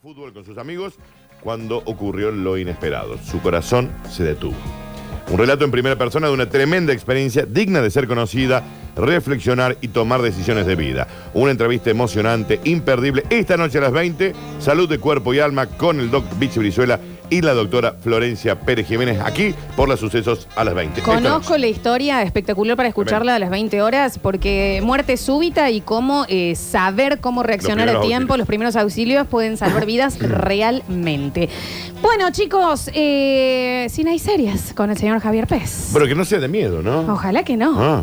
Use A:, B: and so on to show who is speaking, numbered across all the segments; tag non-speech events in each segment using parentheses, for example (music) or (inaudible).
A: fútbol con sus amigos cuando ocurrió lo inesperado. Su corazón se detuvo. Un relato en primera persona de una tremenda experiencia digna de ser conocida, reflexionar y tomar decisiones de vida. Una entrevista emocionante, imperdible, esta noche a las 20, Salud de Cuerpo y Alma con el Doc Vichy Brizuela y la doctora Florencia Pérez Jiménez aquí por las sucesos a las 20. Esta
B: Conozco
A: noche.
B: la historia espectacular para escucharla a las 20 horas, porque muerte súbita y cómo eh, saber cómo reaccionar a
A: primeros
B: tiempo,
A: auxilios.
B: los primeros auxilios pueden salvar
C: (clears throat)
B: vidas realmente. Bueno, chicos, eh, sin hay series con el señor Javier Pez.
A: Pero que no sea de miedo, ¿no?
B: Ojalá que no.
A: Ah.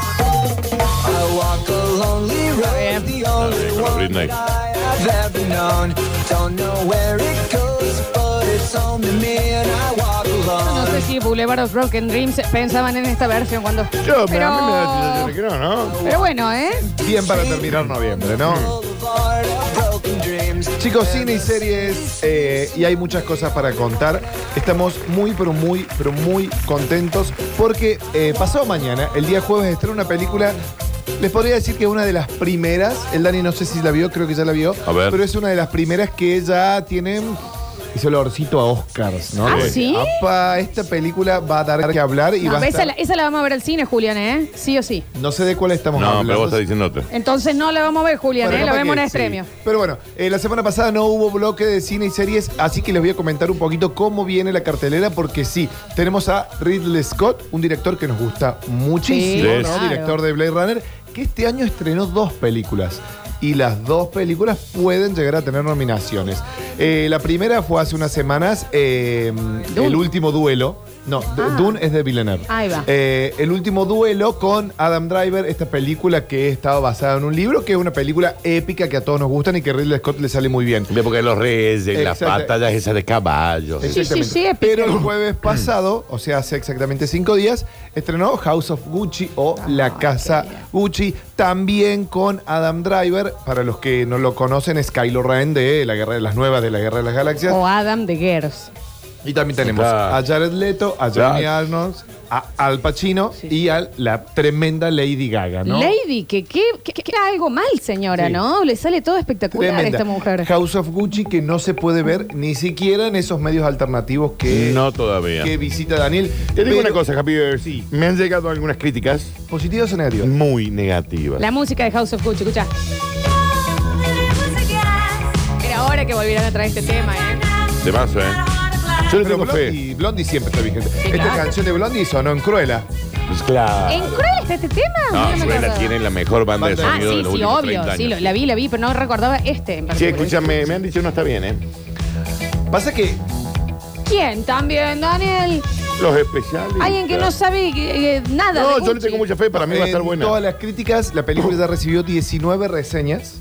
D: I walk a lonely road, the only
A: Dale, con
D: one
A: Britney.
D: I've ever known. Don't know where it goes, but it's home to me, and I walk
C: Ah.
B: No sé
D: alone.
B: si Boulevard of Broken Dreams pensaban en esta versión cuando.
C: Yo, pero a mí me da
B: pero,
C: sensación de que no, ¿no?
B: pero bueno, ¿eh?
C: Bien para terminar noviembre, ¿no?
D: Boulevard of broken dreams.
C: Chicos, cine y series, eh, y hay muchas cosas para contar. Estamos muy, pero muy, pero muy contentos porque eh, pasado mañana, el día jueves, estará una película. Les podría decir que es una de las primeras. El Dani no sé si la vio, creo que ya la vio.
A: A ver.
C: Pero es una de las primeras que ya tienen ese olorcito a Oscars, ¿no?
B: Ah,
C: De-
B: ¿sí?
C: Apa, esta película va a dar que hablar y
B: No,
C: va a
B: esa,
C: estar-
B: la, esa la vamos a ver al cine, Julián, ¿eh? Sí o sí.
C: No sé de cuál estamos
A: No,
C: hablando.
A: pero vos estás diciéndote.
B: Entonces no la vamos a ver, Julián,
C: Bueno,
B: ¿eh? Lo
C: capaz
B: vemos en
C: que
B: extremio.
C: sí. Pero bueno, eh, la semana pasada no hubo bloque de cine y series, así que les voy a comentar un poquito cómo viene la cartelera, porque sí, tenemos a Ridley Scott, un director que nos gusta muchísimo,
A: Sí,
C: ¿no?
B: claro.
C: Director de Blade Runner, que este año estrenó dos películas. Y las dos películas pueden llegar a tener nominaciones. Eh, la primera fue hace unas semanas, eh,
B: Dune.
C: El último duelo. No, de-
B: Ah.
C: Dune es de Villeneuve.
B: Ahí va.
C: Eh, el último duelo con Adam Driver, esta película que estaba basada en un libro, que es una película épica que a todos nos gustan y que Ridley Scott le sale muy bien.
A: Porque los reyes,
C: las Exacto. batallas
A: esas de caballos.
B: Sí, sí, sí, épico.
C: Pero el jueves pasado, o sea, hace exactamente cinco días, estrenó House of Gucci o
B: Ah,
C: La Casa Gucci, también con Adam Driver. Para los que no lo conocen, es Kylo Ren de La Guerra de las Nuevas, de La Guerra de las Galaxias.
B: O Adam de Gers.
C: Y también tenemos
A: Claro.
C: a Jared Leto, a
A: Claro.
C: Jeremy Arnold, a Al Pacino y a la tremenda Lady Gaga, ¿no?
B: Lady, que que que- que era algo mal, señora,
C: Sí.
B: ¿no? Le sale todo espectacular
C: Tremenda.
B: a esta mujer.
C: House of Gucci que no se puede ver ni siquiera en esos medios alternativos que,
A: No todavía.
C: que visita Daniel.
A: Te digo una
C: Pero-
A: cosa, Happy Bear. Me han llegado algunas críticas
C: ¿Positivos o negativos?
A: muy negativas.
B: La música de House of Gucci, escucha. Era ahora que volvieran a traer este tema, ¿eh?
A: De paso, ¿eh? Yo le
C: Pero
A: tengo fe.
C: Blondie, Blondie siempre está vigente. Esta
B: claro.
C: canción de Blondie sonó en Cruella.
A: Pues claro.
B: ¿En Cruella está este tema?
A: No,
B: me
A: Cruella
B: acordaba.
A: tiene la mejor banda de
C: Banda
B: Ah,
C: de
A: sonido de
B: sí,
A: los
B: sí,
A: últimos 30
B: obvio.
A: años.
B: Sí, lo- la vi, la vi, pero no recordaba este en
A: Sí,
B: particular.
A: escúchame, me han dicho no está bien, ¿eh?
C: Pasa que
B: ¿Quién también, Daniel?
A: Los especiales.
B: Alguien que no sabe eh, nada de
A: No, yo le
B: Gucci.
A: tengo mucha fe, para mí va a estar
C: en
A: buena.
C: todas las críticas, la película ya recibió 19 reseñas,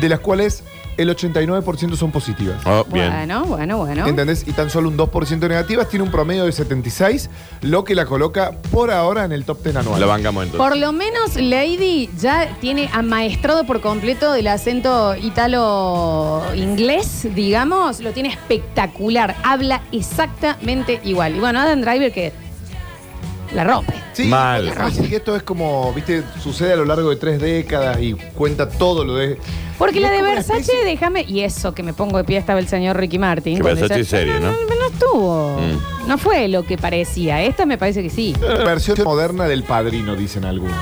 C: de las cuales el 89% son positivas.
A: Oh, bien.
B: Bueno, bueno, bueno.
C: ¿Entendés? Y tan solo un 2% de negativas tiene un promedio de 76, lo que la coloca por ahora en el top 10 anual.
A: La bancamos
B: Por
A: entonces.
B: lo menos Lady ya tiene amaestrado por completo del acento italo-inglés, digamos. Lo tiene espectacular. Habla exactamente igual. Y bueno, Adam Driver que la rompe.
C: Sí,
A: Mal.
C: Así que esto es como, viste, sucede a lo largo de tres décadas y cuenta todo lo de.
B: Porque
C: Y
B: la
C: es
B: de
C: como una
B: Versace,
C: especie-
B: déjame. Y eso, que me pongo de pie, estaba el señor Ricky Martin.
A: Que
B: cuando
A: Versace
B: decía,
A: es serio,
B: No, no, no estuvo.
A: Mm.
B: No fue lo que parecía. Esta me parece que sí.
C: Versión moderna del padrino, dicen algunos.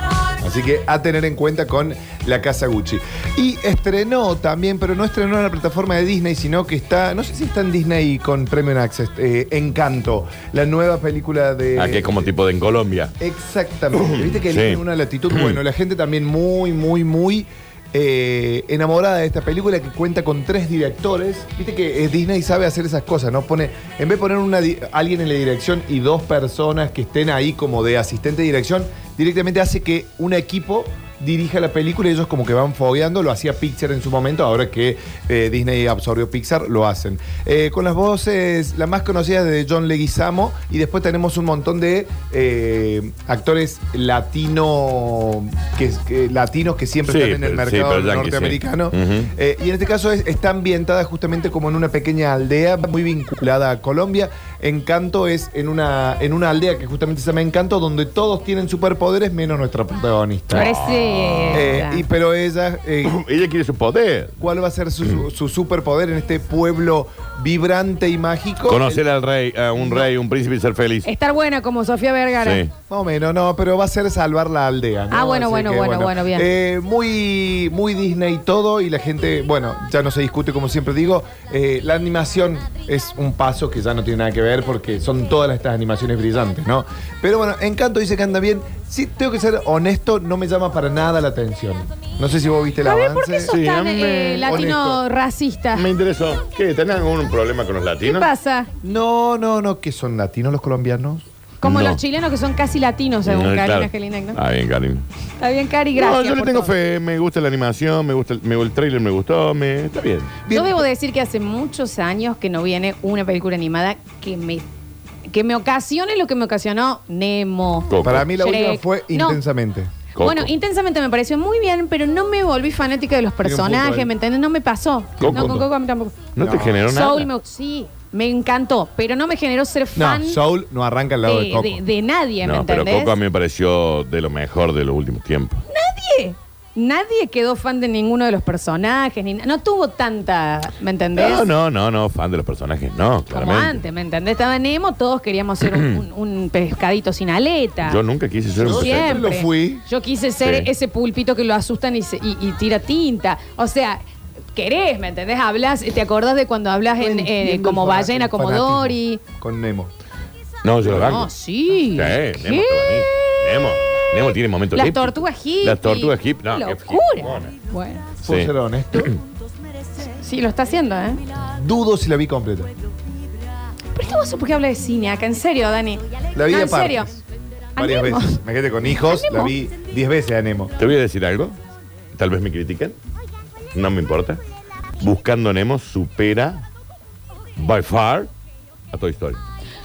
C: Así que a tener en cuenta con la casa Gucci. Y estrenó también, pero no estrenó en la plataforma de Disney, sino que está, no sé si está en Disney con Premium Access, eh, Encanto, la nueva película de.
A: Aquí es como tipo de en Colombia. (clears throat)
C: Exactamente. Viste que
A: Sí.
C: eligen una latitud. Bueno, la gente también muy, muy, muy eh, enamorada de esta película que cuenta con tres directores. Viste que eh, Disney sabe hacer esas cosas, ¿no? Pone, en vez de poner una di- alguien en la dirección y dos personas que estén ahí como de asistente de dirección, directamente hace que un equipo dirija la película y ellos como que van fogueando, lo hacía Pixar en su momento, ahora que eh, Disney absorbió Pixar, lo hacen. Eh, con las voces, la más conocida de John Leguizamo, y después tenemos un montón de eh, actores latino, que, que- latinos que siempre
A: Sí,
C: están en el
A: pero- sí,
C: mercado
A: pero yanqui, sí.
C: norteamericano.
A: Ujú.
C: Eh, y en este caso es- está ambientada justamente como en una pequeña aldea muy vinculada a Colombia. Encanto es en una, en una aldea que justamente se llama Encanto, donde todos tienen superpoderes menos nuestra protagonista.
A: Ah.
C: Eh,
B: Parece.
C: y- pero ella, eh,
A: (coughs) Ella quiere su poder.
C: ¿cuál va a ser su- su, su superpoder en este pueblo vibrante y mágico?
A: Conocer al rey, a un rey, un príncipe y ser feliz.
B: Estar buena como Sofía Vergara.
A: Sí.
C: Más o menos, no, pero va a ser salvar la aldea. ¿no?
B: Ah, bueno, bueno, bueno, bueno, bien.
C: Eh, muy, muy Disney todo y la gente, bueno, ya no se discute, como siempre digo. eh, la animación es un paso que ya no tiene nada que ver porque son todas estas animaciones brillantes, ¿no? Pero bueno, Encanto dice que anda bien. Sí, tengo que ser honesto, no me llama para nada la atención. No sé si vos viste el
B: Javier,
C: avance.
B: ¿por qué sos
A: Sí,
B: tan
A: hombre,
B: eh, latino
C: honesto.
B: racista?
A: Me interesó. ¿Qué? ¿Tenés algún problema con los
B: ¿Qué
A: latinos?
B: pasa?
C: No, no, no, que son latinos los colombianos.
B: Como
A: No.
B: los chilenos que son casi latinos, según
A: No,
B: Karina
A: claro.
B: Jelinek, ¿no?
A: Ah, bien, Karina.
B: Está bien, Cari, gracias.
A: No, yo le
B: por
A: tengo
B: todo.
A: fe. Me gusta la animación, me gusta el, me, el trailer, me gustó. Me, está bien.
B: Yo debo decir que hace muchos años que no viene una película animada que me, que me ocasione lo que me ocasionó Nemo.
A: Coco.
C: Para mí la
B: Shrek.
C: última fue
B: No.
C: intensamente.
A: Coco.
B: Bueno, intensamente me pareció muy bien, pero no me volví fanática de los
C: Tiene un punto
B: personajes,
C: ahí.
B: ¿me entiendes? No me pasó.
A: Coco.
B: No, con Coco a mí tampoco.
A: No, te
C: No.
A: generó
B: Soul
A: nada.
B: me, sí, me encantó, pero no me generó ser
C: No,
B: fan
C: Soul no arranca al lado de,
B: de,
C: Coco.
B: de- de nadie, ¿me
A: No, pero
B: entendés?
A: Coco a mí me pareció de lo mejor de los últimos tiempos.
B: Nadie. Nadie quedó fan de ninguno de los personajes, ni na- no tuvo tanta, ¿me entendés?
A: No, no, no, no, fan de los personajes, no,
B: Como
A: claramente.
B: antes, ¿me entendés? Estaba Nemo, todos queríamos ser un, un- un pescadito sin aleta.
A: Yo nunca quise ser un
C: Yo
A: presente.
B: Siempre.
C: lo fui.
B: Yo quise ser
A: Sí.
B: ese pulpito que lo asustan y, se- y- y tira tinta. O sea, querés, ¿me entendés? Hablas, te acordás de cuando hablas en, eh,
C: Entiendo
B: como
C: el fana-
B: ballena,
C: el
B: como
C: fanatismo
B: Dory.
C: Con Nemo.
A: No, yo lo banco.
B: No, sí.
A: Sí,
B: ¿Qué?
A: Nemo, está bonito. Nemo, Nemo tiene momentos
B: Las
A: épicos.
B: tortugas hip.
A: Las tortugas hip, no, qué
B: Locura.
A: hipona.
B: Bueno,
C: Por
A: Sí.
C: ser honesto,
B: sí, lo está haciendo, ¿eh?
C: dudo si la vi completa.
B: ¿Pero qué vos por qué habla de cine acá? ¿En serio, Dani?
C: La vi
B: no,
C: de
B: en
C: partes.
B: serio.
C: Varias
B: Anemo.
C: veces. Me quedé con hijos,
B: Anemo.
C: la vi 10 veces a Nemo.
A: Te voy a decir algo. Tal vez me critiquen. No me importa. Buscando Nemo supera by far a Toy Story.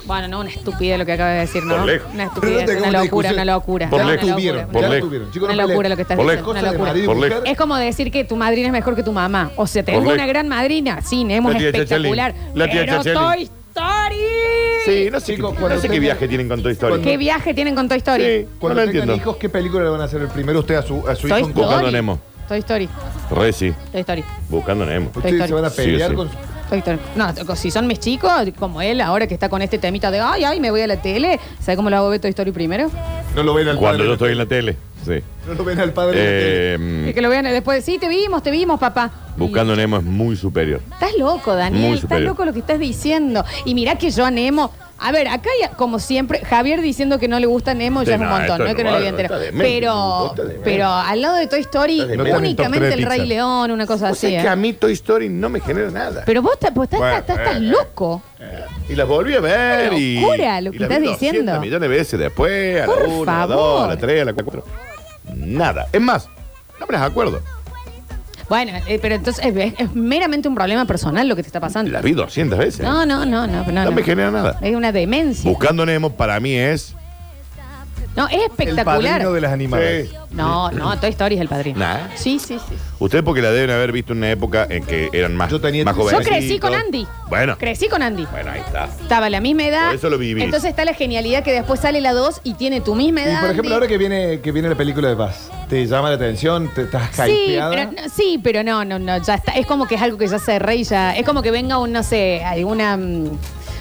B: Bueno, no, una estupidez lo que acaba de decir, ¿no?
A: Por lejos.
B: Una
C: Pero no
B: estupidez,
C: tengamos
B: una
C: una
B: locura, una
C: discusión.
B: locura.
A: Por
B: una
A: lejos.
B: locura,
A: Tuvieron,
B: una
A: por
C: Ya
B: locura.
A: lejos.
C: tuvieron. Chicos,
B: Una
C: no peleen.
B: locura lo que estás
A: Por
B: diciendo.
A: lejos.
B: Una
C: Cosas de
B: locura.
C: Madrid y
A: Por
C: mujer.
A: lejos.
B: Es como decir que tu madrina es mejor que tu mamá. O sea, tengo
A: Correcto.
B: una gran madrina. Sí, Nemo
A: La
B: es
A: tía Chachelín.
B: espectacular.
A: La tía
B: pero
A: Chachelín.
B: Toy Story.
A: Sí, no sé,
C: Chicos,
A: qué,
C: cuando
A: no sé qué
C: tengan-
A: viaje tienen con Toy Story.
B: ¿Qué viaje tienen con Toy Story?
A: Sí, no
C: Cuando
A: lo
C: tengan
A: entiendo.
C: hijos, ¿qué película le van a hacer el primero usted a su, a su
B: Soy
C: hijo?
B: Toy
C: en Coco?
A: Buscando
B: Story.
A: Nemo.
B: Toy Story.
A: Re sí,
B: Toy Story.
A: buscando Nemo.
C: Ustedes se van a
A: Sí,
C: pelear
A: sí.
C: con su...
B: Toy Story. No, t- si son mis chicos, como él, ahora que está con este temita de ay, ay, me voy a la tele. ¿Sabe cómo lo hago ver Toy Story primero?
C: No lo ven al
A: Cuando
C: padre.
A: yo estoy en la tele. Sí.
C: No lo ven al padre.
B: Y
A: Eh,
B: que lo vean después. Sí, te vimos, te vimos, papá.
A: buscando Nemo es muy superior.
B: Estás loco, Daniel.
A: Muy
B: Estás
A: superior.
B: loco lo que estás diciendo. Y mirá que yo a Nemo. A ver, acá, ya, como siempre, Javier diciendo que no le gusta Nemo
A: Sí,
B: ya es un
A: no,
B: montón,
A: esto
B: no
A: es
B: que no lo voy a
A: bárbaro,
B: enterar.
A: está demente,
B: Pero,
A: está demente.
B: pero al lado de Toy Story,
A: Está demente.
B: únicamente
C: Está
B: el
C: en el top tres de
B: Rey
C: Pixar.
B: León, una cosa
A: Vos sabés
B: así. ¿eh?
A: que a mí Toy Story no me genera nada.
B: Pero vos, estás- vos estás,
A: Bueno,
B: estás- estás
A: eh, eh.
B: loco.
A: Y las volví a ver
B: Qué
A: y.
B: locura lo que
A: y las vi
B: estás diciendo.
A: 200 millones de veces después, a la
B: Por
A: una, a la dos,
B: favor.
A: a la tres, a la cuatro. Nada. Es más, no me las acuerdo.
B: Bueno, eh, pero entonces eh, es, es meramente un problema personal lo que te está pasando.
A: Las vi 200 veces.
C: Este,
B: No, no, no, no. No,
A: No
B: no.
A: me genera nada.
B: Es una demencia.
A: Buscando Nemo para mí es.
B: No, es
C: El padrino de
B: espectacular.
C: las animadas.
A: Sí.
B: No, no, Toy Story es el padrino.
A: Nah.
B: Sí, sí, sí.
A: Ustedes porque la deben haber visto en una época en que eran más,
C: Yo tenía
A: más
C: tres-
B: Yo
A: jóvenes.
B: crecí con Andy.
A: Bueno.
B: Crecí con Andy.
A: Bueno, ahí está.
B: Estaba a la misma edad.
A: Por eso lo vivís.
B: Entonces está la genialidad que después sale la 2 y tiene tu misma edad.
C: Y por ejemplo,
B: Andy.
C: ahora que viene, que viene la película de Paz, ¿te llama la atención? ¿Te estás
B: Sí
C: hypeada?
B: pero, no, sí, pero no, no, no, ya está. Es como que es algo que ya se rey, ya. Es como que venga un, no sé, alguna. mm,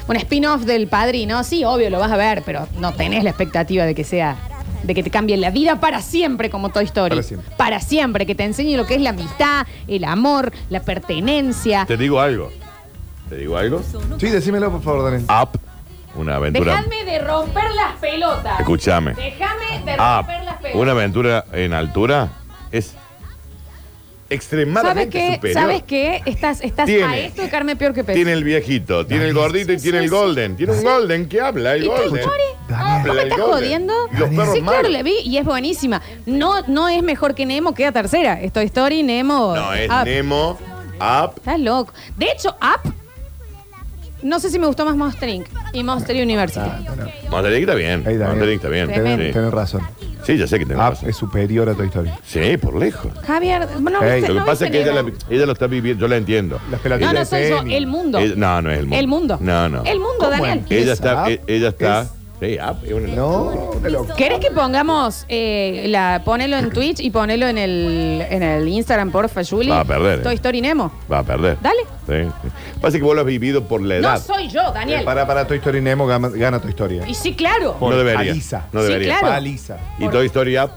B: un spin-off del padrino. Sí, obvio, lo vas a ver, pero no tenés la expectativa de que sea. de que te cambie la vida para siempre, como Toy Story.
C: Para siempre.
B: Para siempre, que te enseñe lo que es la amistad, el amor, la pertenencia.
A: Te digo algo. Te digo algo.
C: Sí, decímelo por favor, Daniel.
A: Up. Una aventura.
B: Dejadme de romper las pelotas.
A: Escúchame. Ah,
B: Dejame de
A: Up.
B: romper las pelotas.
A: Una aventura en altura es
B: ¿Sabes
A: extremadamente
B: qué?
A: superior.
B: ¿Sabes qué? Estás, estás a
A: Tiene.
B: esto de carne peor que pez.
A: Tiene el viejito, tiene el gordito y
B: Sí,
A: tiene
B: sí,
A: el
B: sí.
A: golden. Tiene un golden que habla, el
B: ¿Y Toy
A: golden.
B: Story?
A: Habla
B: ¿Vos ah, me
A: el
B: estás
A: golden.
B: jodiendo?
A: Y los perros
B: sí, claro,
A: malos.
B: la vi y es buenísima. No, no es mejor que Nemo, queda tercera. Estoy Story, Nemo.
A: No, es
B: Up.
A: Nemo, Up.
B: Estás loco. De hecho, Up, no sé si me gustó más Monster Inc. y Monster University.
A: Ah. Monterrey está bien.
C: Ahí está
A: Monterrey
C: bien.
A: está bien.
B: Tremendo.
A: sí.
C: Tenés razón.
A: Sí, ya sé que tengo
C: Up
A: razón.
C: es superior a tu historia.
A: Sí, por lejos.
B: Javier, no
C: Ey,
B: viste-
A: Lo que
B: no
A: pasa es
B: viste
A: que ella,
B: Nemo.
A: la- ella lo está viviendo, yo la entiendo.
C: Las pelotitas
B: No, no
C: de
B: soy yo,
C: tenis.
B: el mundo.
A: Ella- no, no es el mundo.
B: El mundo.
A: No, no.
B: El mundo, Daniel.
A: Ella está,
C: Up
A: e- ella está.
C: es-
A: Sí, Up es una-
C: No, una locura.
B: ¿Querés que pongamos, eh, la, ponelo en Twitch y ponelo en el, en el Instagram, porfa, Juli?
A: Va a perder, eh.
B: Toy Story Nemo.
A: Va a perder.
B: Dale.
A: Sí, sí. Pasa que vos lo has vivido por la edad.
B: No soy yo, Daniel.
C: Eh, Para, para tu historia, Nemo gana, gana tu historia.
B: Y sí, claro.
A: No debería.
C: Paliza.
A: No
B: Sí,
A: debería.
B: claro.
C: Paliza.
A: Y Toy Story Up.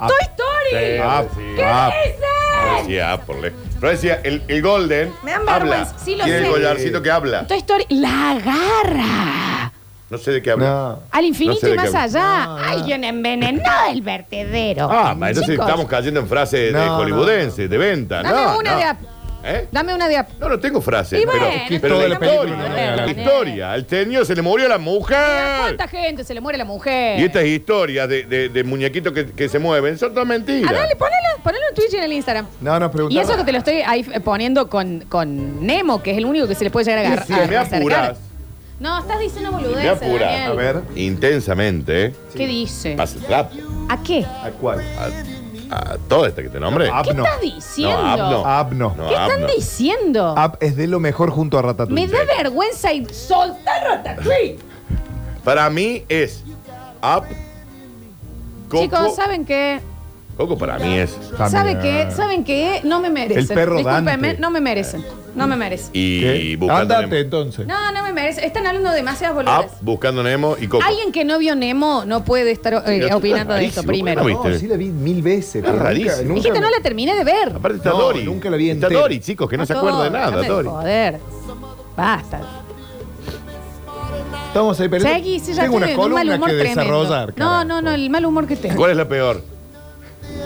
B: ¡Toy Story!
A: Ah,
C: Up,
A: sí,
B: ¿Qué
A: up.
B: dicen?
A: Decía Up por le- Pero decía, el, el Golden
B: Me dan
A: habla.
B: vergüenza. Sí, lo
A: Tiene
B: sé.
A: el collarcito que habla.
B: Toy Story la agarra
A: No sé de qué habla.
C: No.
B: al infinito
A: No sé de
B: y más
A: qué-
B: allá. Alguien envenenó el vertedero.
A: Ah, ma, entonces
B: Chicos,
A: estamos cayendo en frases de
C: No,
A: hollywoodense, de venta.
B: Dame
A: no,
B: una
A: no.
B: de Up.
A: ¿Eh?
B: Dame una de... ap-
A: No, no tengo frases.
B: Y
A: pero-
B: bueno,
A: pero, la
C: toda la película
A: historia.
C: no
A: la
C: me
B: agarra.
A: historia. Al teño se le murió la
B: ¿A
A: mujer.
B: cuánta gente se le muere la mujer?
A: Y estas historias de, de, de muñequitos que, que se mueven son todas
B: Ah,
A: mentiras.
B: dale, ponelo, ponelo en Twitch y en el Instagram.
C: No, nos
B: Y
C: preguntaba.
B: eso que te lo estoy ahí eh, poniendo con, con Nemo, que es el único que se le puede llegar a agarrar.
A: Si me
B: a pues, acercar.
A: apuras,
B: No, estás diciendo
A: me
B: boludeces,
A: apuras.
B: Daniel.
C: A ver.
A: Intensamente, ¿eh?
B: ¿Qué dice?
A: Pasa el trap
B: ¿A qué?
C: ¿A cuál?
A: a, a toda esta que te nombré.
C: No,
B: ¿Qué
C: Abno.
B: estás diciendo?
A: No, abno.
C: Up no.
A: No,
B: ¿Qué están
A: abno.
B: diciendo?
C: Up es de lo mejor junto a Ratatouille.
B: Me da vergüenza y soltar Ratatouille.
A: Para mí es up. Coco.
B: Chicos, ¿saben qué?
A: Coco para mí es.
C: También.
B: ¿Saben qué? ¿Saben qué? No me merecen.
C: El perro
B: Discúlpenme,
C: Dante.
B: no me merecen. No me merecen.
A: Y
C: ¿Qué?
A: buscando
C: Andate
A: Nemo.
C: entonces.
B: No, no me merecen. Están hablando demasiadas
A: Up,
B: boludeces.
A: buscando Nemo y Coco.
B: Alguien que no vio Nemo no puede estar eh,
A: Pero
B: opinando de
A: rarísimo,
B: esto primero.
A: ¿por qué no Ah, viste?
C: sí la vi mil veces.
A: Es rarísimo.
B: Dijiste, no la terminé de ver.
A: Aparte está
C: No,
A: Dory.
C: nunca la vi
A: Está
C: entera.
A: Dory, chicos, que no, se acuerda de nada, Dory.
B: Joder. Basta.
C: Estamos ahí peleando.
B: Seguí, sí, ya
C: Tengo una
B: estoy en un mal
C: columna
B: humor
C: que
B: tremendo.
C: desarrollar.
B: No,
C: carajo.
B: no, no, el mal humor que tengo.
A: ¿Cuál es la peor?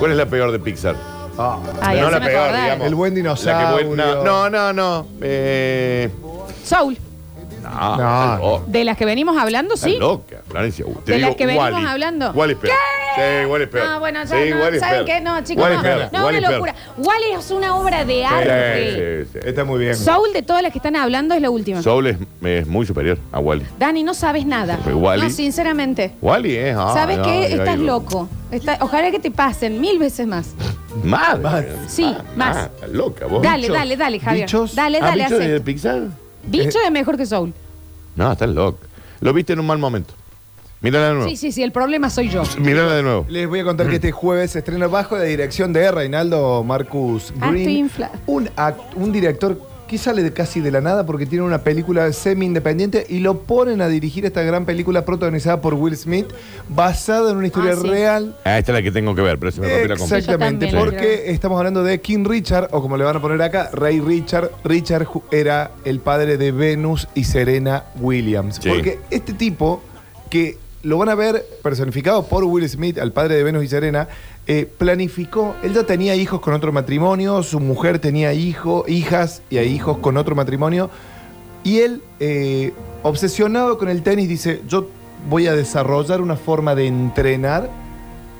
A: ¿Cuál es la peor de Pixar?
C: Ah,
B: Ay,
A: no
B: haceme
A: la peor,
B: acordar.
A: digamos.
C: El buen
A: La que buen-
C: dinosaurio.
A: no, no, no. no. Eh,
B: Soul.
A: no,
C: No.
A: no.
B: De las que venimos hablando, sí.
A: loca, Florencia. Uh, te
B: de las
A: digo,
B: que venimos
A: Wall-E.
B: hablando.
A: Wall-E es peor.
B: ¿Qué?
A: Sí, Wall-E es peor.
B: No, bueno, ya
A: Sí,
B: no.
A: Wall-E es
B: ¿Saben
A: peor.
B: qué? No, chicos,
A: Wall-E
B: no.
A: es peor,
B: No,
A: Wall-E es
B: una
A: peor.
B: locura. Wall es una obra de
A: Sí,
B: arte.
A: sí, sí.
C: Está muy bien.
B: Soul, de todas las que están hablando, es la última.
A: Soul es, es muy superior a Wally.
B: Dani, no sabes nada.
A: Pero Wall-E-
B: No, sinceramente.
A: Wally es. ah,
B: ¿Sabes
A: no,
B: qué?
A: yo
B: Estás
A: digo,
B: loco. Está- ojalá que te pasen mil veces más.
A: Más.
B: Sí, más.
A: estás loca vos. Ah,
B: Dale,
C: Bichos.
B: dale, dale, Javier.
C: Bichos.
B: Dale,
A: ¿Has
B: dale,
A: visto de
B: hace.
A: Pixar?
B: Bicho es mejor que Soul.
A: No, estás loca. Lo viste en un mal momento. Mírala de nuevo.
B: Sí, sí, sí, el problema soy yo.
A: Mírala de nuevo.
C: Les voy a contar que este jueves se estrena bajo la dirección de Reinaldo Marcus
B: Ah, estoy
C: Green.
B: infla-
C: Un, act- un director que sale de casi de la nada porque tiene una película semi-independiente y lo ponen a dirigir esta gran película protagonizada por Will Smith basada en una historia
B: Ah, sí.
C: real.
A: Ah, esta es la que tengo que ver, pero se me rompió la compra.
C: Exactamente,
B: Yo también la quiero
C: porque estamos hablando de King Richard, o como le van a poner acá, Rey Richard. Richard ju- era el padre de Venus y Serena Williams.
A: Sí.
C: Porque este tipo, que lo van a ver personificado por Will Smith, al padre de Venus y Serena, eh, planificó, él ya tenía hijos con otro matrimonio, su mujer tenía hijo, hijas y hijos con otro matrimonio, y él, eh, obsesionado con el tenis, dice, yo voy a desarrollar una forma de entrenar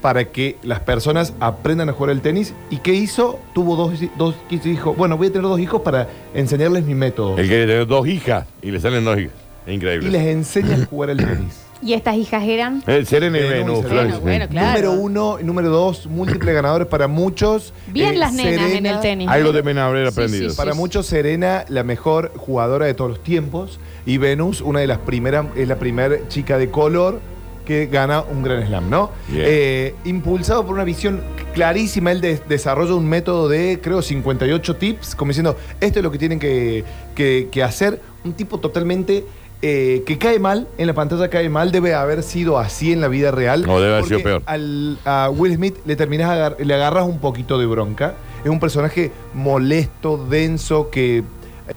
C: para que las personas aprendan a jugar al tenis. ¿Y qué hizo? Tuvo dos, dos hijos. Bueno, voy a tener dos hijos para enseñarles mi método.
A: El que tiene dos hijas y le salen dos hijas.
C: Y
A: Increíble.
C: les enseña a jugar al tenis.
B: ¿Y estas hijas eran?
A: Eh, Serena y
C: Venus,
A: Venus,
C: Serena.
A: Florencia.
B: Bueno, bueno, Claro.
C: Número uno y número dos, múltiples ganadores para muchos.
B: Bien
C: Eh,
B: las nenas en
C: Serena-
B: el tenis.
A: Algo deben haber
B: Sí, sí,
A: aprendido.
B: sí.
C: Para muchos, Serena, la mejor jugadora de todos los tiempos. Y Venus, una de las primeras, es la primera chica de color que gana un gran slam, ¿no?
A: Bien.
C: Eh, impulsado por una visión clarísima, él des- desarrolla un método de, creo, 58 tips, como diciendo, esto es lo que tienen que, que- que hacer. Un tipo totalmente. eh, que cae mal, en la pantalla cae mal, debe haber sido así en la vida real.
A: No, debe haber sido
C: porque
A: peor.
C: al- a Will Smith le terminás agar- le agarras un poquito de bronca. Es un personaje molesto, denso, que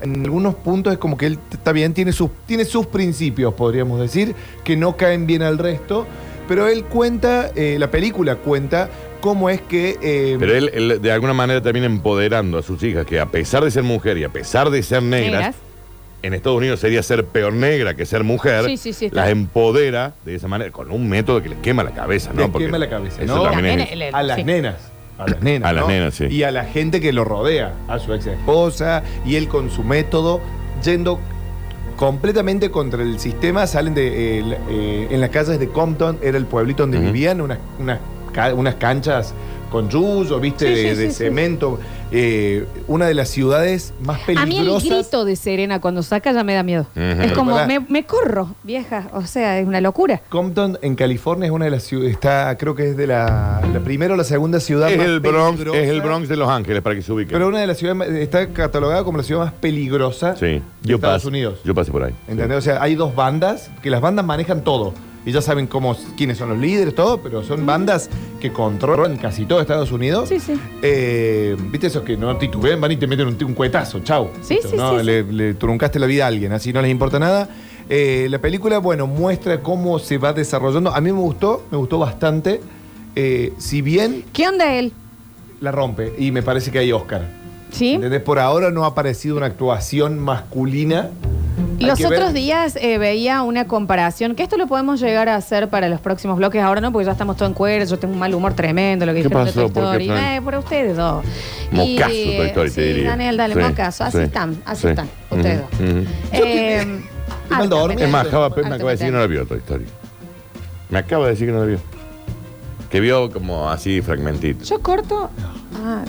C: en algunos puntos es como que él t- está bien, tiene sus, tiene sus principios, podríamos decir, que no caen bien al resto. Pero él cuenta, eh, la película cuenta cómo es que. eh,
A: Pero él, él, de alguna manera también empoderando a sus hijas, que a pesar de ser mujer y a pesar de ser negras,
B: Negras.
A: en Estados Unidos sería ser peor negra que ser mujer,
B: Sí, sí, sí, está.
A: las empodera de esa manera, con un método que les quema la cabeza, ¿no?
C: Les quema la cabeza,
A: eso
C: ¿no?
A: también
B: También
A: es-
B: el- el-
C: a las
B: sí.
C: nenas. A las nenas.
A: A las
C: ¿no?
A: nenas, sí.
C: Y a la gente que lo rodea, a su ex esposa, y él con su método, yendo completamente contra el sistema, salen de eh, la- eh, en las calles de Compton, era el pueblito donde
A: Ujú.
C: vivían, unas, unas, ca- unas canchas con yuyo, viste,
B: Sí,
C: de,
B: sí,
C: de
B: sí, sí.
C: cemento. Eh, una de las ciudades más
B: A mí el
C: peligrosas.
B: grito de Serena cuando saca ya me da miedo.
A: Ujú.
B: Es como,
C: Pará.
B: me, me corro, vieja. O sea, es una locura.
C: Compton en California es una de las ciudades, está, creo que es de la, la primera o la segunda ciudad
A: es
C: más
A: el Bronx, es el
C: peligrosa.
A: Bronx de Los Ángeles, para que se ubiquen.
C: Pero una de las ciudades más- está catalogada como la ciudad más peligrosa
A: sí.
C: de Estados
A: pasé-
C: Unidos.
A: Yo pasé por ahí.
C: ¿Entendés? O sea, hay dos bandas que las bandas manejan todo. Y ya saben cómo, quiénes son los líderes, todo, pero son bandas que controlan casi todo Estados Unidos.
B: Mm. Sí, sí.
C: Eh, ¿Viste esos que no titubean? Van y te meten un, un cuetazo, chau.
B: Sí,
C: Listo,
B: sí,
C: ¿no?
B: sí,
C: Le, le truncaste la vida a alguien, así no les importa nada. Eh, la película, bueno, muestra cómo se va desarrollando. A mí me gustó, me gustó bastante. Eh, si bien
B: ¿Qué onda él?
C: la rompe, y me parece que hay Oscar.
B: ¿Sí?
C: ¿Entendés? Por ahora no ha aparecido una actuación masculina. Hay
B: Los
C: que ver.
B: otros días eh, veía una comparación, que esto lo podemos llegar a hacer para los próximos bloques, ahora no, porque ya estamos todo en cuero, yo tengo un mal humor tremendo, lo que
A: ¿Qué
B: dijeron
A: pasó?
B: de Toy
A: ¿Por qué,
B: Story.
A: Fran?
B: Eh, por ustedes dos.
A: Mocazo,
B: Y,
A: Toy Story,
B: sí,
A: te diría.
B: Daniel, dale,
A: Sí,
B: mocazo. Así
A: sí,
B: están, así
A: sí.
B: están, ustedes dos.
A: Ujú, ujú.
B: Eh,
C: mal
B: harta
C: dormido.
A: Es
B: pena.
A: más, Java Pep me acaba de decir que no la vio Toy Story. Me acaba de decir que no la vio. Que vio como así fragmentitos.
B: Yo corto. Ah,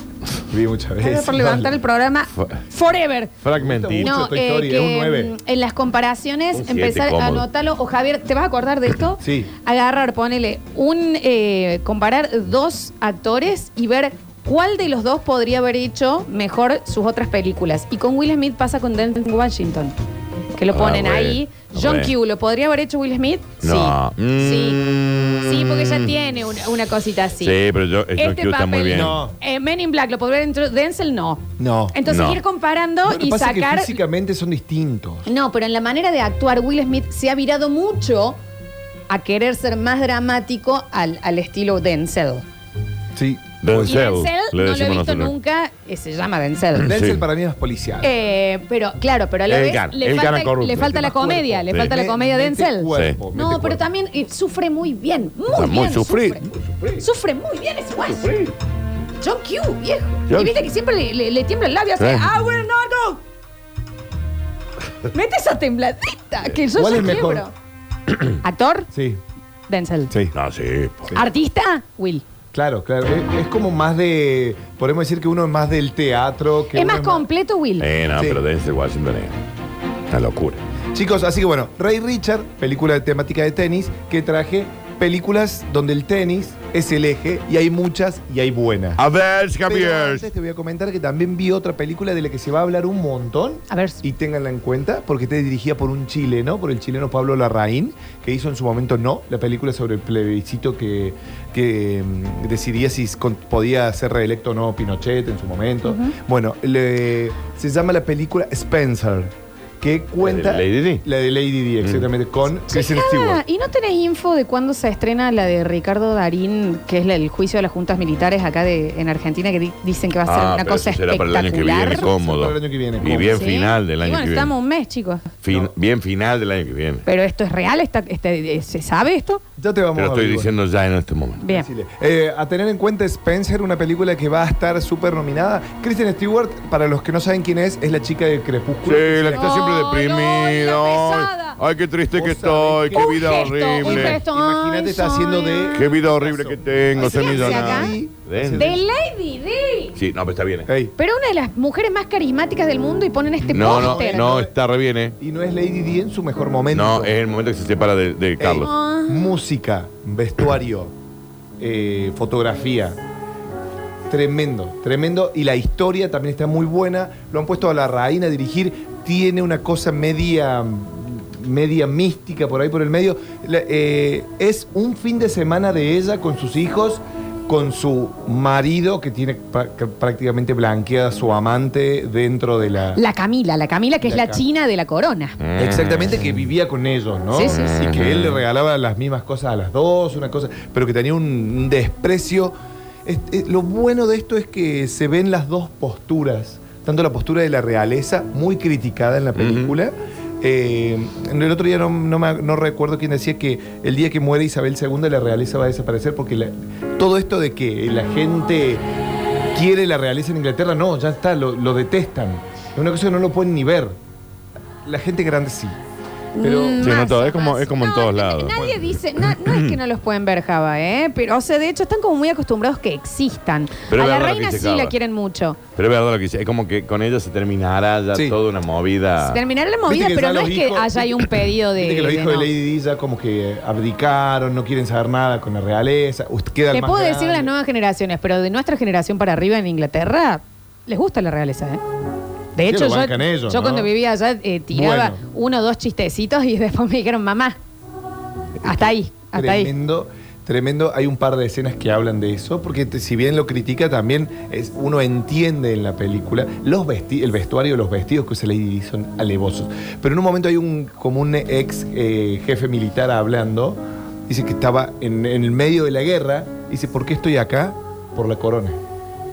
C: Vi muchas
B: era
C: veces.
B: por levantar el programa
A: Fue-
B: Forever.
A: Fragmentitos.
C: Mucho
B: No,
C: Toy
B: eh,
C: Story, es un
B: que,
C: nueve.
B: mm, en las comparaciones
A: Un siete,
B: empezar a
A: cómodo.
B: anotarlo. O Javier, ¿te vas a acordar
A: (laughs)
B: de esto?
C: Sí.
B: Agarrar, ponele, un eh, comparar dos actores y ver cuál de los dos podría haber hecho mejor sus otras películas. Y con Will Smith pasa con Denzel Washington. Que lo
A: Ah,
B: ponen
A: bueno,
B: ahí. John
A: bueno.
B: Q, ¿lo podría haber hecho Will Smith?
A: No.
B: Sí. Sí.
A: Mm.
B: Sí, porque ya tiene una, una cosita así.
A: Sí, pero yo,
B: Este
A: el John Q está muy bien.
C: No.
B: eh, Men in Black, ¿lo podría haber hecho Denzel? No.
C: No.
B: Entonces
A: No.
B: ir comparando
C: Lo que
B: y
C: pasa es
B: sacar...
C: que físicamente son distintos.
B: No, pero en la manera de actuar, Will Smith se ha virado mucho a querer ser más dramático al, al estilo Denzel.
C: Sí.
B: Y
A: Denzel,
B: Denzel
A: Pues le
B: no lo he visto
A: decimos nosotros.
B: nunca, eh, se llama Denzel.
C: Denzel
A: Sí.
C: para mí es más policial.
B: Eh, pero claro, pero a la
A: El
B: vez
A: gana,
B: le,
A: el
B: falta,
A: gana corrupto.
B: le falta la
C: Más
B: comedia,
C: cuerpo.
B: le
A: Sí.
B: falta la
C: Me-
B: comedia de
C: mete
B: Denzel.
C: cuerpo,
A: Sí.
C: mete
B: No, pero
C: cuerpo.
B: también eh, sufre muy bien, muy
A: Está muy
B: bien.
A: sufrido.
B: Sufre. Sufre muy bien ese guay. John Q, viejo.
A: John-
B: Y viste que siempre le, le- le tiembla el labio, hace, "Ah,
A: Eh.
B: I
A: (laughs)
B: will not go. Mete esa tembladita que yo
C: ¿Cuál
B: ya
C: es mejor?
B: quiebro.
A: (clears throat)
B: ¿Actor?
C: Sí.
B: Denzel.
C: Sí.
A: No, sí. po.
B: ¿Artista? Will.
C: Claro, claro. Es, es como más de. Podemos decir que uno es más del teatro. Que
B: ¿Es
C: uno
B: más completo, Will?
A: Eh, no,
C: Sí.
A: pero Denzel Washington es una locura.
C: Chicos, así que bueno, Ray Richard, película de temática de tenis, que traje películas donde el tenis es el eje y hay muchas y hay buenas.
A: A ver,
C: Pero
A: Javier.
C: antes te voy a comentar que también vi otra película de la que se va a hablar un montón.
B: A ver.
C: Y ténganla en cuenta, porque está dirigida por un chileno, por el chileno Pablo Larraín, que hizo en su momento No, la película sobre el plebiscito que, que, mm, decidía si con- podía ser reelecto o no Pinochet en su momento. Bueno, le- se llama la película Spencer, que cuenta.
A: ¿La de Lady Di? Mm.
C: La de Lady Di, exactamente, con Kristen
B: Ah,
C: Stewart.
B: ¿Y no tenés info de cuándo se estrena la de Ricardo Darín, que es la- el juicio de las juntas militares acá de, en Argentina, que di- dicen que va a ser
A: Ah,
B: una
A: pero
B: cosa
A: eso será para el año que viene,
B: espectacular?
A: cómodo.
C: Para el año que viene,
A: Y
C: cómodo.
A: bien
B: Sí.
A: final del
B: Y
A: año
B: bueno,
A: que viene.
B: estamos un mes, chicos.
A: Fin-
C: No.
A: Bien final del año que viene.
B: ¿Pero esto es real? ¿Está, está- eh, ¿Se sabe esto?
C: Ya te vamos
A: Te lo
C: a
A: estoy
C: averiguar.
A: diciendo ya en este momento.
B: Bien.
C: Chile. Eh, a tener en cuenta Spencer, una película que va a estar súper nominada. Kristen Stewart, para los que no saben quién es, es la chica de Crepúsculo.
A: Sí, la que está siempre
B: Ay, no,
A: deprimida.
B: la
A: Ay,
B: pesada.
A: Ay, qué triste que
C: Vos sabés
A: estoy,
C: que-
A: qué
B: Un
A: vida
B: gesto, un
A: horrible.
B: gesto.
C: Imagínate, está
B: Ay,
C: haciendo
B: soy-
C: de.
A: Qué vida horrible
C: Pasó.
A: que tengo,
C: Ay,
A: ser
B: ¿qué hace acá?
A: millonario. Ven.
B: De Lady Di.
A: Sí, no, pero está bien. eh.
C: Ey,
B: Pero una de las mujeres más carismáticas del mundo y ponen este
A: No, no,
B: póster.
A: no, está re bien, ¿eh?
C: Y no es Lady Di en su mejor momento.
A: No, es el momento que se separa de, de Eh, Carlos.
B: Ah.
C: Música, vestuario, eh, fotografía. Tremendo, tremendo. Y la historia también está muy buena. Lo han puesto a la reina a dirigir. Tiene una cosa media media mística por ahí por el medio. La- eh, es un fin de semana de ella con sus hijos, con su marido que tiene pra- que prácticamente blanqueada su amante dentro de la...
B: La Camila, la Camila que es
C: La
B: la
C: Cam-
B: china de la corona.
C: Exactamente, que vivía con ellos, ¿no?
B: Mm. Sí, sí, sí.
C: Y que él le regalaba las mismas cosas a las dos, una cosa, pero que tenía un, un desprecio es- es- lo bueno de esto es que se ven las dos posturas, tanto la postura de la realeza, muy criticada en la película. Eh, en el otro día no, no me- no recuerdo quién decía que el día que muere Isabel II la realeza va a desaparecer porque la- todo esto de que la gente quiere la realeza en Inglaterra, no, ya está, lo, lo detestan. Es una cosa que no lo pueden ni ver. La gente grande sí. Pero
B: Mm,
A: Sí, no todo, es como- es como en todos
B: na-
A: lados.
B: Nadie dice, na- no es que no los pueden ver, Java, ¿eh? Pero, o sea, de hecho, están como muy acostumbrados que existan.
A: Pero
B: a
A: es
B: la
A: verdad lo que
B: reina
A: dice
B: sí
A: Java.
B: la quieren mucho.
A: Pero es verdad lo que dice. Es como que con ella se terminará ya
C: Sí.
A: toda una movida.
B: Terminar la movida,
C: que
B: pero
C: ya
B: no
C: los
B: es que
C: hijos-
B: haya hay un pedido de.
C: Viste que los
B: de
C: hijos de
B: no.
C: Lady Di ya como que abdicaron, no quieren saber nada con la realeza. Usted queda el
B: Te
C: más
B: puedo decir
C: grande.
B: las nuevas generaciones, pero de nuestra generación para arriba en Inglaterra, les gusta la realeza, ¿eh? De
C: Sí,
B: hecho,
C: lo
B: yo,
C: bancan ellos,
B: yo
C: ¿no?
B: cuando vivía allá eh, tiraba
C: Bueno.
B: uno o dos chistecitos y (laughs) después me dijeron, mamá, hasta ahí, hasta ahí.
C: Tremendo, tremendo. Hay un par de escenas que hablan de eso, porque te- si bien lo critica, también es, uno entiende en la película los vesti- el vestuario, los vestidos que usa Lady Di son alevosos. Pero en un momento hay un como un ex eh, jefe militar hablando, dice que estaba en, en el medio de la guerra, dice, ¿por qué estoy acá? Por la corona.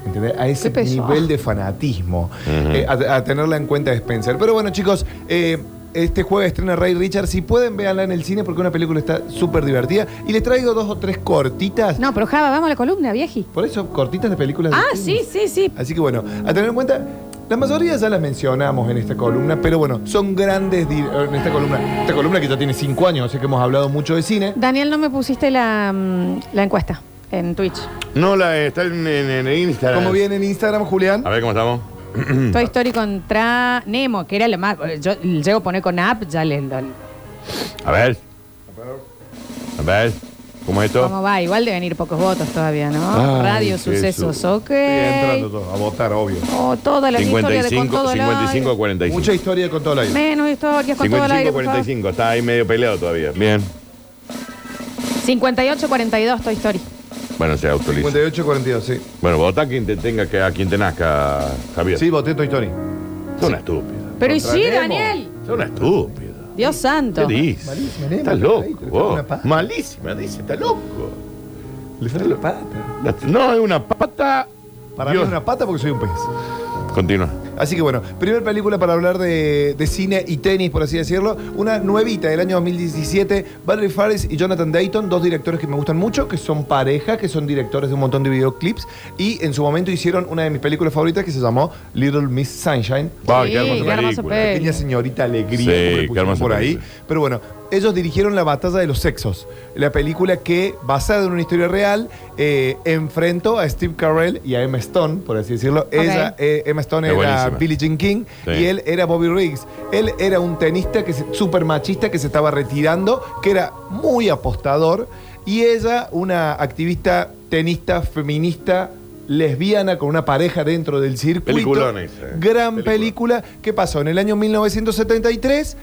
C: ¿Entendés? A ese
B: Qué pesado.
C: nivel de este fanatismo. Eh, a, a tenerla en cuenta Spencer. Pero bueno, chicos, eh, este jueves estrena Ray Richard. Si pueden, véanla en el cine porque una película está súper divertida. Y les traigo dos o tres cortitas.
B: No, pero Java, vamos a la columna, vieji.
C: Por eso, cortitas de películas. de
B: Ah,
C: cine.
B: sí, sí, sí.
C: Así que bueno, a tener en cuenta, la mayoría ya las mencionamos en esta columna, pero bueno, son grandes di- en esta columna. Esta columna que ya tiene cinco años, así que hemos hablado mucho de cine.
B: Daniel, no me pusiste la, mm, la encuesta en Twitch.
A: No, la está en, en- en Instagram.
C: ¿Cómo viene en Instagram, Julián?
A: A ver cómo estamos.
C: Mm.
B: Toy Story contra Nemo, que era lo más. Yo llego a poner con app, ya le. lo-
A: A ver. A ver. ¿Cómo es
C: Oh.
A: esto?
B: ¿Cómo va? Igual deben ir pocos votos todavía, ¿no?
A: Ay,
B: Radio
A: Jesús.
B: Sucesos, ok.
C: Entrando todos a votar, obvio.
B: Oh, todas las historias de con
A: 55,
B: todo el
A: 55 a
B: aire.
A: 45.
C: Mucha historia con todo el aire.
B: Menos historias con todo el
A: 55
B: aire, por favor.
A: 45. Está ahí medio peleado todavía. Bien.
B: 58, 42, Toy Story.
A: Bueno, se autoriza.
C: 58-42, sí.
A: Bueno, vota a quien te tenga que, a quien te nazca, Javier.
C: Sí, voté Toy Story.
A: Es una estúpida.
B: Pero y
C: Contra
B: sí,
C: Nemo.
B: Daniel.
A: Es una estúpida.
B: Dios santo.
A: ¿Qué dice?
C: Malísima, Nemo.
A: Estás
C: Ahí,
A: loco,
C: te
A: vos.
C: falta una pata.
A: Malísima, dice, está loco.
C: Le falta la pata.
A: La- No, es una pata.
C: Para
A: Dios.
C: mí es una pata porque soy un pez.
A: Continúa.
C: Así que bueno, primer película para hablar de, de cine y tenis, por así decirlo. Una nuevita del año 2017. Valerie Faris y Jonathan Dayton, dos directores que me gustan mucho, que son pareja, que son directores de un montón de videoclips. Y en su momento hicieron una de mis películas favoritas que se llamó Little Miss Sunshine.
A: Va,
B: Sí,
A: qué hermosa
B: qué hermosa
A: película.
B: peli.
C: Pequeña señorita alegría
A: Sí,
C: como le
A: qué
C: pusieron
A: hermosa
C: por ahí.
A: película.
C: Pero bueno, ellos dirigieron La Batalla de los Sexos, la película que, basada en una historia real, eh, enfrentó a Steve Carell y a Emma Stone, por así decirlo. Ella, eh, Emma Stone
A: Es
C: era
A: buenísima.
C: Billie Jean King
A: Sí.
C: y él era Bobby Riggs. Él era un tenista que súper machista que se estaba retirando, que era muy apostador. Y ella, una activista tenista, feminista, lesbiana, con una pareja dentro del circuito.
A: Peliculón ese.
C: Gran
A: Película.
C: película película que pasó en el año 1973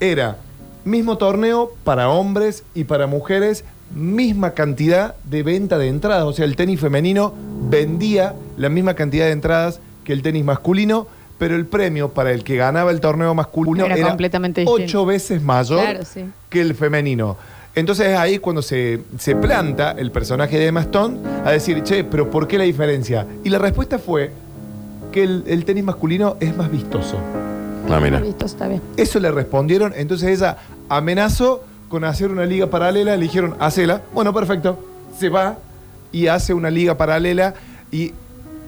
C: era mismo torneo para hombres y para mujeres, misma cantidad de venta de entradas. O sea, el tenis femenino vendía la misma cantidad de entradas que el tenis masculino, pero el premio para el que ganaba el torneo masculino
B: Era
C: era,
B: completamente distinto.
C: ocho veces mayor
B: Claro, sí.
C: que el femenino. Entonces es ahí cuando se, se planta el personaje de Emma Stone a decir, che, pero ¿por qué la diferencia? Y la respuesta fue que el, el tenis masculino es más vistoso.
A: Ah, mira.
B: Listo, está bien.
C: Eso le respondieron, entonces ella amenazó con hacer una liga paralela, le dijeron, hacela, bueno, perfecto, se va y hace una liga paralela y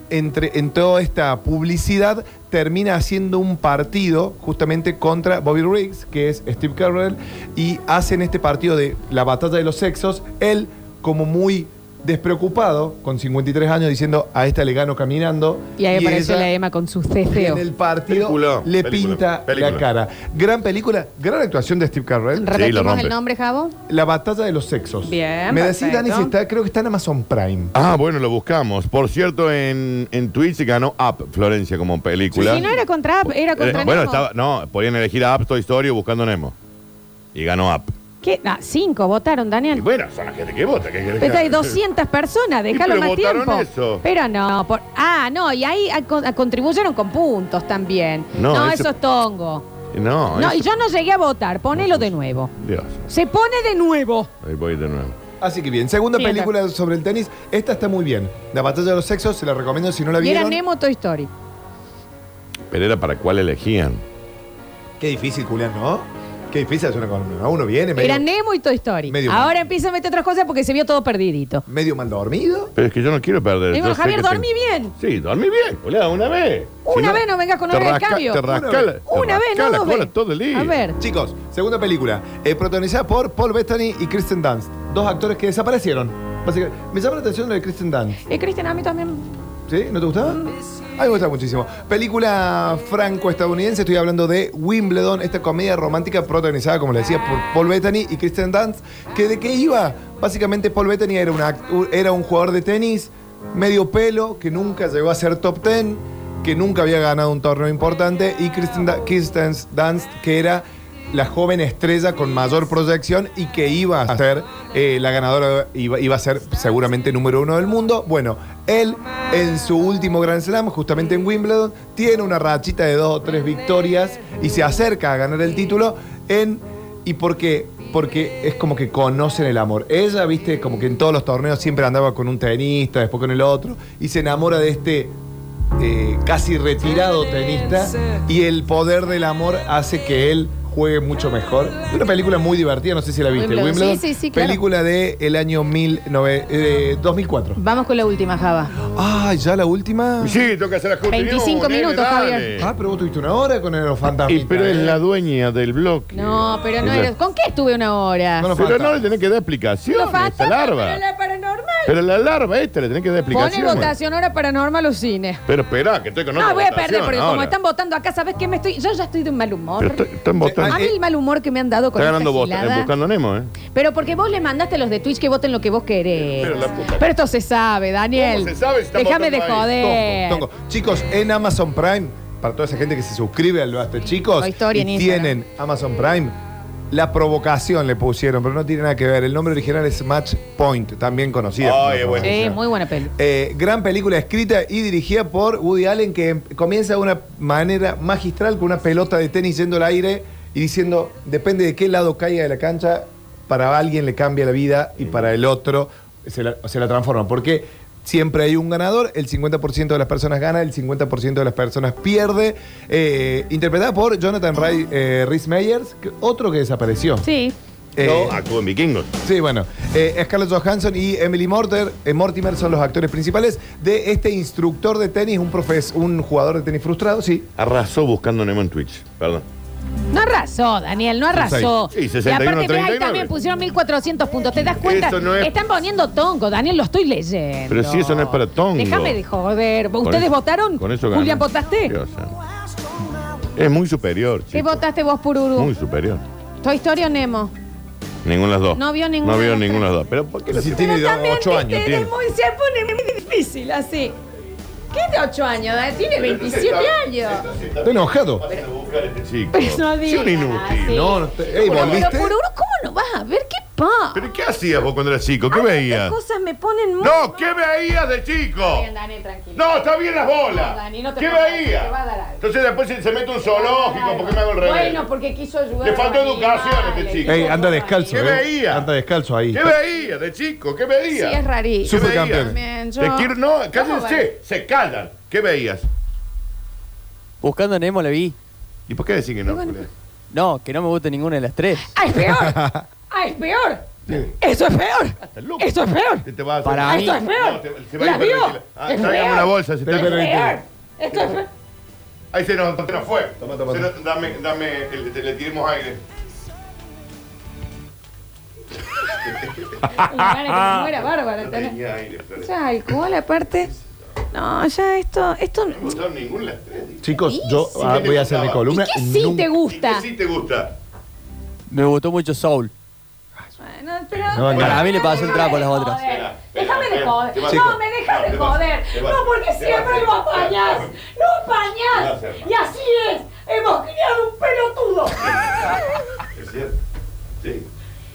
C: entre, en toda esta publicidad termina haciendo un partido justamente contra Bobby Riggs, que es Steve Carell, y hacen este partido de la batalla de los sexos, él como muy despreocupado, con 53 años, diciendo, a esta le gano caminando.
B: Y ahí apareció
C: ella-
B: la Emma con su
C: y en
B: cefeo.
C: el partido
A: Película,
C: le
A: película,
C: pinta
A: película.
C: la cara. Gran película, gran actuación de Steve Carell.
A: Sí, la
B: ¿Repetimos
A: rompe.
B: el nombre, Javo?
C: La batalla de los sexos.
B: Bien,
C: Me decís,
B: perfecto.
C: Dani, si está, creo que está en Amazon Prime.
A: Ah, bueno, lo buscamos. Por cierto, en, en Twitch ganó Up Florencia como película.
B: Si no era contra app, era contra
A: Eh, bueno,
B: Nemo.
A: estaba, no, podían elegir a Up Toy Story o Buscando Nemo. Y ganó Up.
B: ¿Qué? Ah, cinco votaron,
A: Y
B: Daniel.
A: bueno, son la gente que vota. ¿qué querés que
B: Pero hay
A: haga?
B: 200 personas, déjalo
A: pero
B: más
A: votaron
B: tiempo.
A: eso.
B: Pero no, por- ah, no, y ahí a- con- a- contribuyeron con puntos también.
A: No,
B: No,
A: eso-
B: eso, es tongo.
A: No,
B: No,
A: eso-
B: y yo no llegué a votar, ponelo de nuevo.
A: Dios.
B: Se pone de nuevo.
A: Ahí voy de nuevo.
C: Así que bien. Segunda
B: Sí,
C: película sobre el tenis. Esta está muy bien. La batalla de los sexos, se la recomiendo si no la
B: Y era
C: vieron.
B: Nemo Toy Story.
A: Pero era para cuál elegían.
C: Qué difícil, Julián, ¿no? Qué difícil es una columna. ¿no? Uno viene medio,
B: Era Nemo y Toy Story.
C: medio-
B: Ahora empieza a meter otras cosas porque se vio todo perdidito.
C: medio mal dormido.
A: Pero es que yo no quiero perder.
B: Y bueno,
A: Yo sé
B: Javier,
A: que te-
B: dormí bien.
A: Sí, dormí bien, boludo, una vez.
B: Una vez no vengas con
A: te
B: hora de
A: rasca-
B: cambio.
A: Te
B: Una
A: rasca la- te
B: Una vez,
A: rasca
B: no
A: la
B: dos
A: cola
B: veces.
A: todo el día.
B: A ver.
C: Chicos, segunda película. eh, protagonizada por Paul Bettany y Kristen Dunst. Dos actores que desaparecieron. Básicamente, me llama la atención la de Kristen Dunst.
B: Eh, Cristian, a mí también.
C: ¿Sí? ¿No te gustaba? A mí me gusta muchísimo. Película franco-estadounidense, estoy hablando de Wimbledon, esta comedia romántica protagonizada, como le decía, por Paul Bettany y Kristen Dunst, que de qué iba? Básicamente Paul Bettany era, una act- u- era un jugador de tenis, medio pelo, que nunca llegó a ser top ten, que nunca había ganado un torneo importante, y Kristen, Da- Kristen Dunst, que era la joven estrella con mayor proyección y que iba a ser eh, la ganadora, iba, iba a ser seguramente número uno del mundo. Bueno, él en su último Grand Slam, justamente en Wimbledon, tiene una rachita de dos o tres victorias y se acerca a ganar el título en... ¿Y por qué? Porque es como que conocen el amor. Ella, viste, como que en todos los torneos siempre andaba con un tenista, después con el otro, y se enamora de este eh, casi retirado tenista y el poder del amor hace que él juegue mucho mejor. Una película muy divertida, no sé si la viste.
B: Wimbledon. Sí, sí, sí, claro.
C: Película de el año mil nove- eh, 2004.
B: Vamos con la última, Java.
C: Ah, ya la última.
A: Sí, toca hacer las
B: 25 minutos, Javier.
C: Ah, pero vos tuviste una hora con el fantasma.
A: Y, pero es la dueña del blog.
B: No, pero no
A: Es la-
B: era. ¿Con qué estuve una hora?
C: No, no,
A: Pero
C: Fantasma.
A: no le tenés que dar explicación
B: Lo
A: a esta
B: fantasma,
A: larva.
B: pero la paranormal.
A: Pero la larva esta le tenés que dar
B: Pone
A: explicación.
B: votación ahora paranormal los cines.
A: Pero esperá, que estoy con otra
B: No, voy a perder,
A: votación
B: porque como
A: ahora.
B: están votando acá, ¿sabes qué? Me estoy, yo ya estoy de un mal humor.
A: Pero estoy- están votando.
B: A mí el mal humor que me han dado con
A: Está ganando
B: esta
A: vos, eh,
B: gilada.
A: buscando Nemo, ¿eh?
B: Pero porque vos le mandaste a los de Twitch que voten lo que vos querés.
A: Pero
B: Pero,
A: la puta-
B: esto se sabe, Daniel.
A: ¿Cómo se sabe si están
B: Déjame de
A: votando ahí?
B: joder.
C: Tongo, tongo. Chicos, en Amazon Prime, para toda esa gente que se suscribe al Basta, chicos,
B: La historia
C: y
B: en Instagram.
C: tienen Amazon Prime. La provocación le pusieron, pero no tiene nada que ver. El nombre original es Match Point, también conocida. como
A: Ay, es buenísimo.
B: Sí, muy buena peli.
C: Eh, gran película escrita y dirigida por Woody Allen que em- comienza de una manera magistral con una pelota de tenis yendo al aire y diciendo, depende de qué lado caiga de la cancha, para alguien le cambia la vida y para el otro se la, se la transforma. Porque siempre hay un ganador, el 50% de las personas gana, el 50% de las personas pierde. Eh, interpretada por Jonathan Ray, eh, Rhys Meyers, que- otro que desapareció.
B: Sí.
C: Eh,
A: No, actúo en vikingos.
C: Sí, bueno. Eh, Scarlett Johansson y Emily Morter, eh, Mortimer son los actores principales de este instructor de tenis, un profes, un jugador de tenis frustrado, sí.
A: Arrasó buscando Nemo en Twitch. Perdón.
B: No arrasó, Daniel, no arrasó.
A: Sí,
B: y
A: 61,
B: aparte, ves, ahí
A: 39.
B: también pusieron 1400 puntos. ¿Te das cuenta?
A: Eso no es-
B: Están poniendo tongo, Daniel, lo estoy leyendo.
A: Pero si eso no es para tongo.
B: Déjame de joder.
A: Con
B: ¿Ustedes
A: eso-
B: votaron?
A: Con eso ganó.
B: Julián, ¿votaste?
A: Dios santo. Es muy superior,
B: ¿Qué
A: chicos.
B: votaste vos, Pururu?
A: Muy superior.
B: Toy Story o Nemo.
A: Ninguna de las dos.
B: No vio ninguna
A: No
B: de
A: vio
B: las
A: ninguna de
B: tres.
A: las dos. Pero ¿por qué la
C: Sí, tiene ocho años.
B: viste,
A: tiene.
B: es muy- se pone muy difícil así. ¿Qué de 8 años? Dani? Tiene 27 años.
C: Estoy enojado.
A: este Chico.
B: Pero no
A: Sí,
B: digas
A: un inútil.
B: así.
C: No, no te- Ey,
B: Pero,
C: ¿volviste?
B: Pururu, ¿cómo no vas a ver qué pa?
A: ¿Pero qué hacías vos cuando eras chico? ¿Qué
B: Ay,
A: veías?
B: Estas Ah, cosas me ponen muy
A: No, ¿qué veías de chico?
B: Bien, Daniel, tranquilo.
A: No, está bien las bolas.
B: No, Dani, no te
A: ¿Qué
B: preocupes,
A: veías?
B: te va a dar algo.
A: Entonces después se, se mete un zoológico, ¿por qué me hago el revés?
B: Bueno, porque quiso ayudar.
A: Le
B: a los
A: faltó educación a este
B: animales,
A: chico.
B: quiso
C: Ey, anda
B: ayudar a
C: descalzo,
A: ¿Qué
C: eh.
B: los
A: veía?
C: Anda descalzo ahí.
A: ¿Qué veías de chico? ¿Qué veías?
B: animales. Sí, es rarísimo.
A: ¿Qué
C: Supercampeones.
A: veías?
B: Yo-
A: Te quiero- No, cállense,
B: ves?
A: se callan. ¿Qué veías?
E: Buscando a Nemo la vi.
A: ¿Y por qué decís que no?
B: bueno.
A: Julián?
E: No, que no me gusta ninguna de las tres.
B: ¡Ah, es peor! ¡Ah, es peor! ¡Eso
A: Estás
B: es peor!
A: loco.
B: ¡Eso es peor!
A: Te- te vas a-
E: Para
B: Ah,
E: mí-
B: ¡Esto es
A: No,
B: peor!
A: te- se va a
B: ¡La vio!
A: hiperventilar. Ah,
B: ¡Es
A: tráigame una
B: peor!
A: bolsa. Si
C: Te
A: está-
C: hiperventilar.
B: ¡Peor!
A: (laughs)
B: ¡Esto es peor!
A: Ahí se nos, se nos fue.
C: Toma, toma,
A: Se
C: toma.
A: nos- dame, dame, le, le- le tiremos aire.
B: Y la gana que me muera bárbara.
A: No
B: ¿entendés?
A: tenía aire, Flores.
B: Ya, alcohol aparte. No, ya esto. esto
A: No me gustaron ninguna de las tres. digo.
C: Chicos, yo
B: Sí,
C: ah,
A: me
C: voy a hacer mi
A: gustaba.
C: columna.
B: ¿Y qué sí
C: Nunca-
B: te gusta?
A: ¿Y qué sí te gusta?
E: Me gustó mucho Soul.
B: Bueno, pero,
C: No, no.
E: Para mí le pasó un
B: déjame
E: trapo a
B: de
E: las
B: joder.
E: otras.
B: Déjame de joder.
A: Te vas.
B: No, me dejas
A: No,
B: de
A: te vas.
B: joder.
A: Te vas.
B: No, porque
A: Te
B: siempre
A: vas.
B: lo apañás.
A: Te
B: Lo
A: vas,
B: apañás.
A: hermano.
B: Y así es. Hemos criado un
A: (laughs)
B: pelotudo.
A: ¿Es cierto? Sí.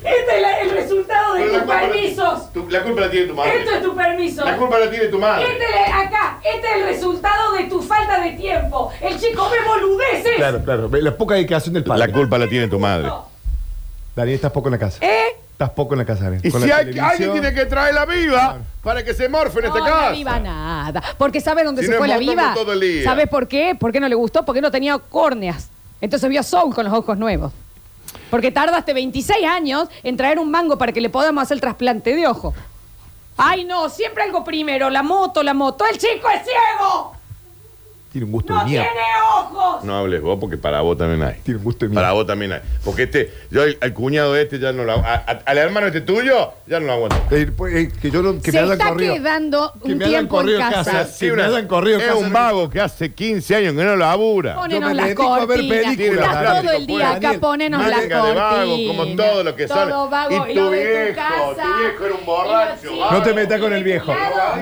B: Este es la- el resultado de
A: Pero
B: tus
A: la culpa la-
B: permisos.
A: tu- la culpa la tiene tu madre.
B: Esto es tu permiso.
A: La culpa la tiene tu madre.
B: Este es acá, este es el resultado de tu falta de tiempo. El chico me boludeces.
C: Claro, claro. Ve La poca dedicación del padre.
A: La culpa la tiene tu madre.
B: No.
C: Daniel, estás poco en la casa.
B: ¿Eh?
C: Estás Estás poco en la casa.
A: Y si hay- alguien tiene que traerla viva para que se morfe en
B: No,
A: este caso.
B: no viva nada. Porque ¿sabes dónde
A: Si
B: se
A: no
B: fue
A: es
B: la
A: mortal,
B: viva?
A: por todo el día.
B: ¿Sabes por qué? Porque no le gustó, porque no tenía córneas. Entonces vio a Soul con los ojos nuevos. Porque tardaste 26 años en traer un mango para que le podamos hacer el trasplante de ojo. Ay, no, siempre algo primero, la moto, la moto. El chico es ciego,
C: Tiene un gusto
B: no
C: de mierda.
B: tiene ojos.
A: No hables vos porque para vos también hay.
C: Tiene un gusto de mierda.
A: Para vos también hay. Porque este, yo al, al cuñado este ya no lo agu- a- a- Al hermano este tuyo, ya no lo aguanto.
C: Eh, pues, eh, que yo no, que
B: se
C: me hayan
B: está
C: corrido.
B: quedando
C: Que
B: un
C: me hayan
B: tiempo en
C: corrido en
B: casa.
C: casa. Sí, Ah, me hayan corrido en
A: es
C: casa,
A: un
C: no.
A: vago que hace 15 años que no labura.
C: Yo
B: Ponenos
C: me
B: las
C: dedico a ver
B: cortinas.
C: películas,
B: Está
C: Daniel,
B: todo el día acá,
C: Daniel.
B: ponenos las
A: Manga de
B: cortinas.
A: vago, como todos los que son.
B: Todo vago.
A: Y
B: lo
A: tu
B: de
A: viejo,
B: casa,
A: tu viejo era un
B: y lo
A: borracho,
B: así.
A: vago.
C: No te metas con el viejo.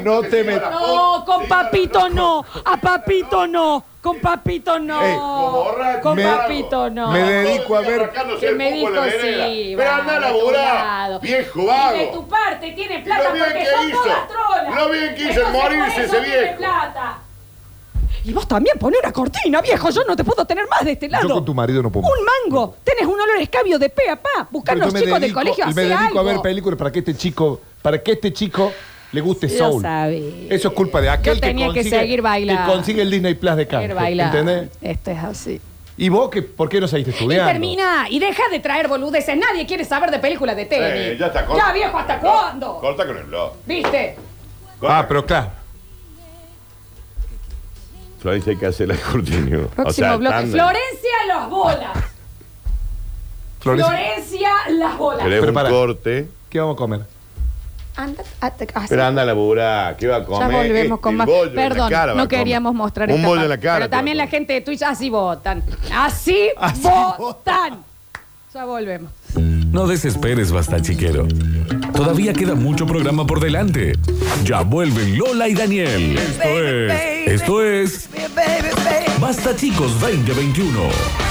C: No te metas.
B: No, con papito no. A papito no. Con papito no.
C: Ey,
B: con
C: me-
B: papito no.
C: me dedico a ver-
B: Que me dijo sí.
A: Pero anda a
B: vago,
A: laburar,
B: tomado.
A: viejo
B: Y de
A: vago.
B: tu parte tiene
A: lo
B: plata
A: bien
B: porque
A: que
B: son
A: hizo.
B: todas trolas.
A: Lo bien que hizo en
B: Entonces, por
A: morirse
B: eso
A: ese
B: tiene
A: viejo.
B: plata. Y vos también poné una cortina, viejo. Yo no te puedo tener más de este lado.
C: Yo con tu marido no puedo.
B: Un mango. Tenés un olor a escabio de pe a pa. Buscar
C: Pero yo
B: los
C: me
B: chicos del
C: dedico-
B: colegio a
C: Me
B: hacer
C: dedico
B: algo.
C: a ver películas para que este chico, para que este chico le guste
B: Lo
C: soul.
B: sabía.
C: Eso es culpa de aquel
B: Yo tenía que
C: que consigue
B: seguir bailando.
C: que consigue el Disney Plus de
B: Quiero
C: acá.
B: bailar.
C: ¿Entendés?
B: Esto es así.
C: ¿Y vos que, por qué no seguiste
B: Y
C: estudiando?
B: termina, y deja de traer boludeces. Nadie quiere saber de películas de tenis.
A: Eh, ya está corta.
B: Ya, viejo, ¿hasta
A: Corta-
B: cuándo?
A: Corta con el loco.
B: ¿Viste?
C: Ah, pero claro.
A: Florencia hay que hacer la cortina.
B: Próximo bloque. Florencia, las bolas.
C: Florencia,
B: (laughs) Florencia, las bolas.
A: Querés
C: Pero
A: un
C: pará.
A: corte.
C: ¿qué vamos a comer?
B: Anda, a- te- así.
A: Pero anda a laburar, ¿qué va a
B: Ya
A: comer?
B: volvemos
A: Este,
B: con
A: el
B: más.
A: bollo en la
B: Perdón,
A: cara va a comer.
B: no queríamos mostrar
A: Un
B: esta
A: bollo
B: parte.
A: en la cara.
B: Pero
A: te va
B: también
A: a
B: la
A: comer.
B: gente de Twitch así votan. Así,
A: (laughs)
C: Así
B: votan. Ya volvemos.
F: No desesperes, basta chiquero. Todavía queda mucho programa por delante. Ya vuelven Lola y Daniel. Esto es. Esto es. Basta chicos 2021.